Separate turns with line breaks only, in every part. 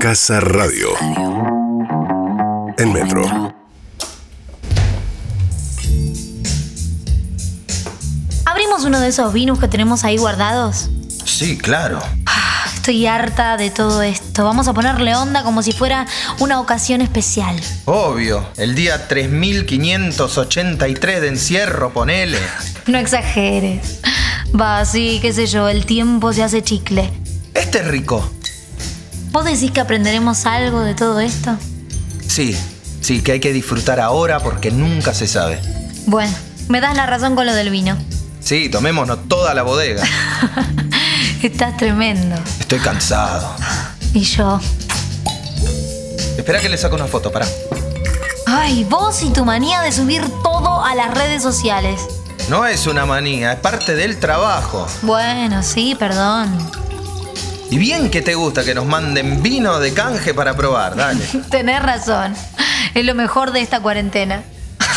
Casa Radio. En Metro.
¿Abrimos uno de esos vinos que tenemos ahí guardados?
Sí, claro.
Ah, Estoy harta de todo esto. Vamos a ponerle onda como si fuera una ocasión especial.
Obvio. El día 3583 de encierro, ponele.
No exageres. Va, sí, qué sé yo, el tiempo se hace chicle.
Este es rico.
¿Vos decís que aprenderemos algo de todo esto?
Sí, sí, que hay que disfrutar ahora porque nunca se sabe.
Bueno, me das la razón con lo del vino.
Sí, tomémonos toda la bodega.
Estás tremendo.
Estoy cansado.
Y yo.
Espera que le saco una foto, pará.
Ay, vos y tu manía de subir todo a las redes sociales.
No es una manía, es parte del trabajo.
Bueno, sí, perdón.
Y bien que te gusta que nos manden vino de canje para probar, dale.
Tenés razón. Es lo mejor de esta cuarentena.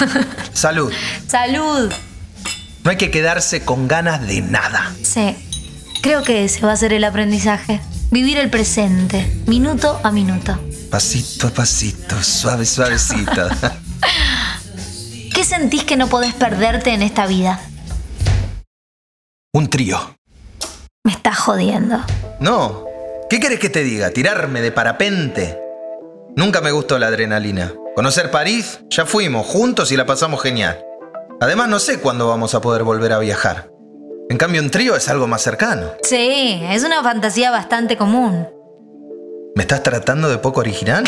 Salud.
Salud.
No hay que quedarse con ganas de nada.
Sí, creo que ese va a ser el aprendizaje. Vivir el presente, minuto a minuto.
Pasito a pasito, suave, suavecito.
¿Qué sentís que no podés perderte en esta vida?
Un trío.
Me estás jodiendo.
No. ¿Qué querés que te diga? ¿Tirarme de parapente? Nunca me gustó la adrenalina. Conocer París, ya fuimos juntos y la pasamos genial. Además, no sé cuándo vamos a poder volver a viajar. En cambio, un trío es algo más cercano.
Sí, es una fantasía bastante común.
¿Me estás tratando de poco original?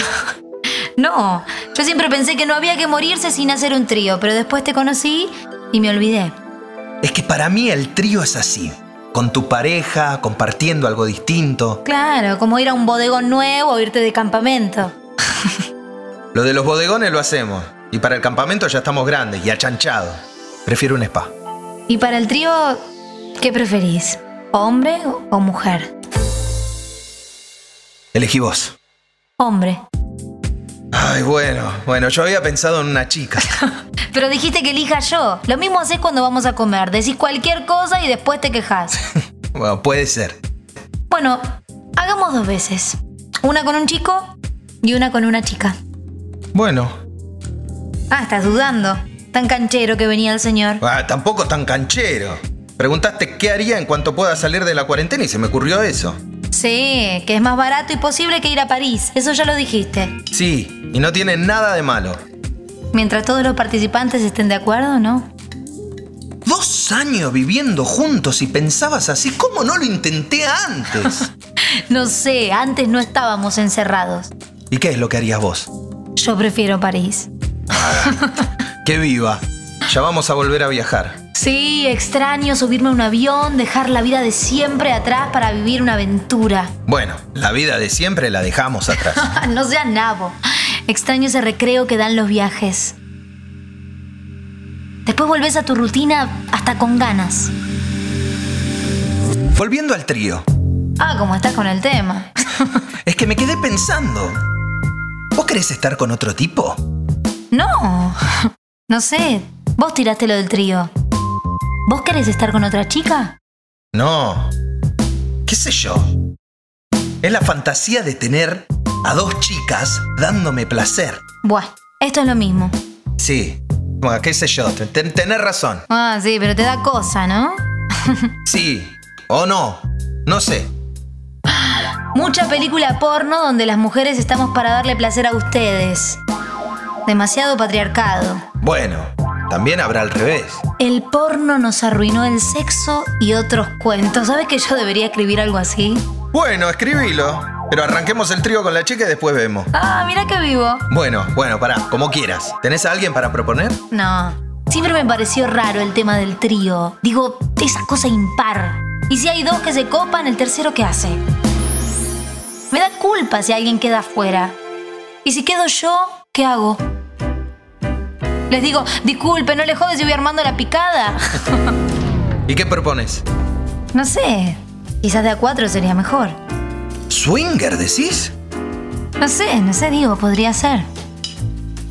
No, yo siempre pensé que no había que morirse sin hacer un trío, pero después te conocí y me olvidé.
Es que para mí el trío es así. Con tu pareja, compartiendo algo distinto.
Claro, como ir a un bodegón nuevo o irte de campamento.
Lo de los bodegones lo hacemos. Y para el campamento ya estamos grandes y achanchados. Prefiero un spa.
Y para el trío, ¿qué preferís? ¿Hombre o mujer?
Elegí vos.
Hombre.
Ay, bueno, bueno, yo había pensado en una chica.
Pero dijiste que elija yo. Lo mismo haces cuando vamos a comer. Decís cualquier cosa y después te quejas.
Bueno, puede ser.
Bueno, hagamos dos veces. Una con un chico y una con una chica.
Bueno,
Ah, estás dudando. Tan canchero que venía el señor.
Ah, tampoco tan canchero. Preguntaste qué haría en cuanto pueda salir de la cuarentena y se me ocurrió eso.
Sí, que es más barato y posible que ir a París. Eso ya lo dijiste.
Sí, y no tiene nada de malo.
Mientras todos los participantes estén de acuerdo, ¿no?
Dos años viviendo juntos y pensabas así, ¿cómo no lo intenté antes?
No sé, antes no estábamos encerrados.
¿Y qué es lo que harías vos?
Yo prefiero París.
Que viva. Ya vamos a volver a viajar.
Sí, extraño subirme a un avión, dejar la vida de siempre atrás para vivir una aventura. Ah,
Bueno, la vida de siempre la dejamos atrás.
no seas nabo. Extraño ese recreo que dan los viajes. Después volvés a tu rutina hasta con ganas.
Volviendo al trío.
Ah, como estás con el tema.
Es que me quedé pensando. ¿Vos querés estar con otro tipo?
No, no sé. Vos tiraste lo del trío. ¿Vos querés estar con otra chica?
No. ¿Qué sé yo? Es la fantasía de tener a dos chicas dándome placer.
Buah, esto es lo mismo.
Sí. Bueno, qué sé yo, te- te- tenés razón.
Ah, sí, pero te da cosa, ¿no?
Sí. O no. No sé.
Mucha película porno donde las mujeres estamos para darle placer a ustedes. Demasiado patriarcado.
Bueno, también habrá al revés.
El porno nos arruinó el sexo y otros cuentos. ¿Sabes que yo debería escribir algo así?
Bueno, escribilo. Pero arranquemos el trío con la chica y después vemos.
Ah, mira que vivo.
Bueno, bueno, pará, como quieras. ¿Tenés a alguien para proponer?
No. Siempre me pareció raro el tema del trío. Digo, esa cosa impar. Y si hay dos que se copan, el tercero qué hace. Me da culpa si alguien queda afuera. Y si quedo yo, ¿qué hago? Les digo, disculpe, no le jodes si voy armando la picada.
¿Y qué propones?
No sé. Quizás de a cuatro sería mejor.
¿Swinger decís?
No sé, no sé, digo, podría ser.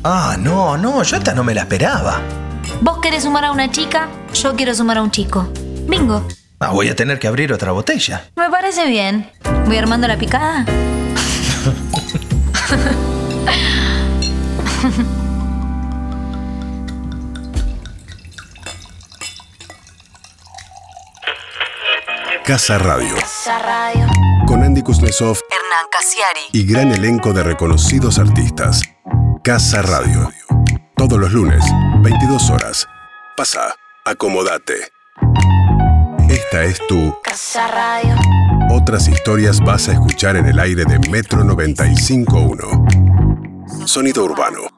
Ah, no, no, yo esta no me la esperaba.
Vos querés sumar a una chica, yo quiero sumar a un chico. Bingo.
Ah, voy a tener que abrir otra botella.
Me parece bien. ¿Voy armando la picada?
Casa Radio,
Casa Radio.
con Andy Kuznetsov
Hernán Casiari.
y gran elenco de reconocidos artistas. Casa Radio. Todos los lunes, 22 horas. Pasa, acomodate. Esta es tu
Casa Radio.
Otras historias vas a escuchar en el aire de Metro 95.1. Sonido urbano.